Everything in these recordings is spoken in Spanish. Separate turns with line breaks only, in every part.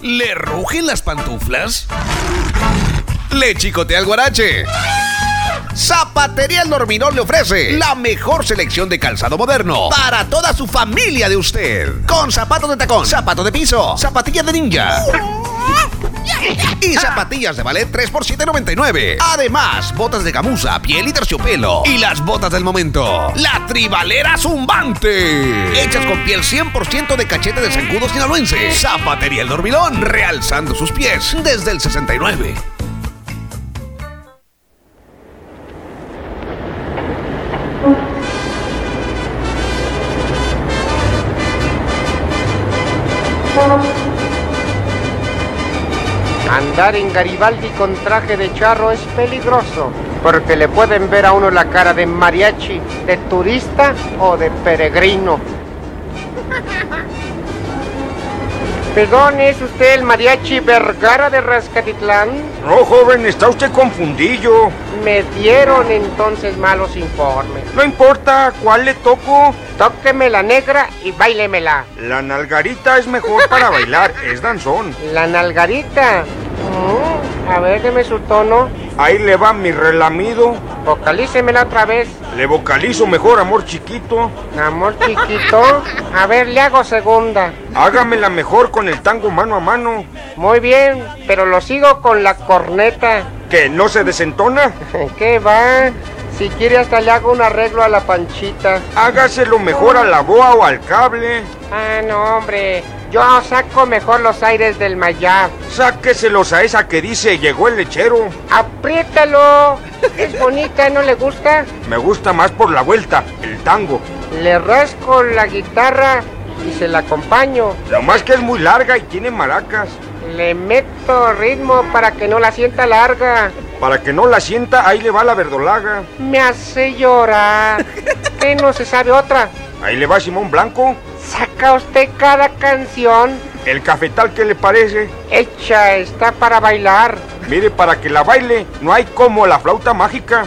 ¿Le rugen las pantuflas? ¿Le chicotea el guarache? Zapatería El Norminón le ofrece la mejor selección de calzado moderno para toda su familia de usted. Con zapatos de tacón, zapatos de piso, zapatillas de ninja. Y zapatillas de ballet 3 por 7.99. Además, botas de gamuza, piel y terciopelo. Y las botas del momento. La tribalera zumbante. Hechas con piel 100% de cachete de zancudo sinaloense. Zapatería El Dormilón. Realzando sus pies desde el 69.
Andar en Garibaldi con traje de charro es peligroso, porque le pueden ver a uno la cara de mariachi, de turista o de peregrino. Perdón, ¿es usted el mariachi Vergara de Rascatitlán?
No, joven, está usted confundido.
Me dieron entonces malos informes.
No importa cuál le toco,
Tóqueme la negra y bailemela.
la nalgarita es mejor para bailar, es danzón.
La nalgarita. Mm, a ver, deme su tono.
Ahí le va mi relamido,
Vocalícemela otra vez.
le vocalizo mejor, amor chiquito.
Amor chiquito. A ver, le hago segunda.
Hágamela mejor con el tango mano a mano,
Muy bien, pero lo sigo con la corneta.
que no se desentona.
¿Qué va? Si quiere hasta le hago un arreglo a la panchita.
Hágaselo mejor a la boa o al cable.
Ah, no, hombre. Yo saco mejor los aires del Mayab.
Sáqueselos a esa que dice llegó el lechero.
Apriétalo. Es bonita, ¿no le gusta?
Me gusta más por la vuelta, el tango.
Le rasco la guitarra y se la acompaño.
Lo más que es muy larga y tiene maracas.
Le meto ritmo para que no la sienta larga.
Para que no la sienta, ahí le va la verdolaga.
Me hace llorar. ¿Qué no se sabe otra?
Ahí le va Simón Blanco.
Saca usted cada canción.
El cafetal que le parece.
Hecha está para bailar,
Mire, para que la baile, no hay como la flauta mágica.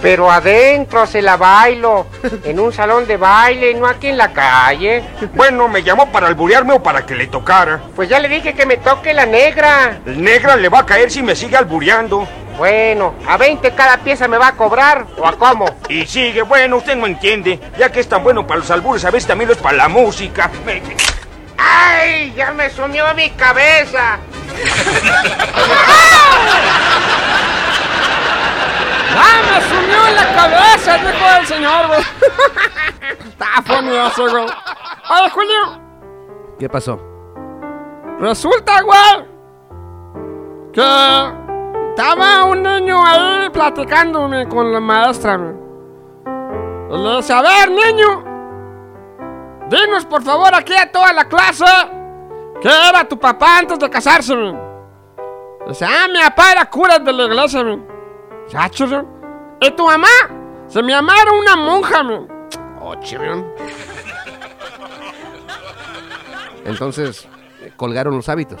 pero adentro se la bailo, en un salón de baile, no aquí en la calle.
Bueno, me llamó para alburearme o para que le tocara.
Pues ya le dije que me toque la negra.
Negra le va a caer si me sigue albureando.
Bueno, a 20 cada pieza me va a cobrar, o a cómo.
Y sigue, bueno, usted no entiende. Ya que es tan bueno para los albures, a veces también lo es para la música. Me-
¡Ay! Ya me sumió mi cabeza.
¡Ah, me sumió en la cabeza, el hijo del señor, güey! Está funny eso, güey. ¡Oye, Julio! ¿Qué pasó? Resulta, güey, que estaba un niño ahí platicándome con la maestra, güey. Y Le dice, a ver, niño, dinos por favor aquí a toda la clase qué era tu papá antes de casarse, güey. Dice, ah, mi papá era cura de la iglesia, güey. Ya, chirrión. ¿Y tu mamá? Se mi mamá era una monja, mi. Oh, chirrión.
Entonces, eh, colgaron los hábitos.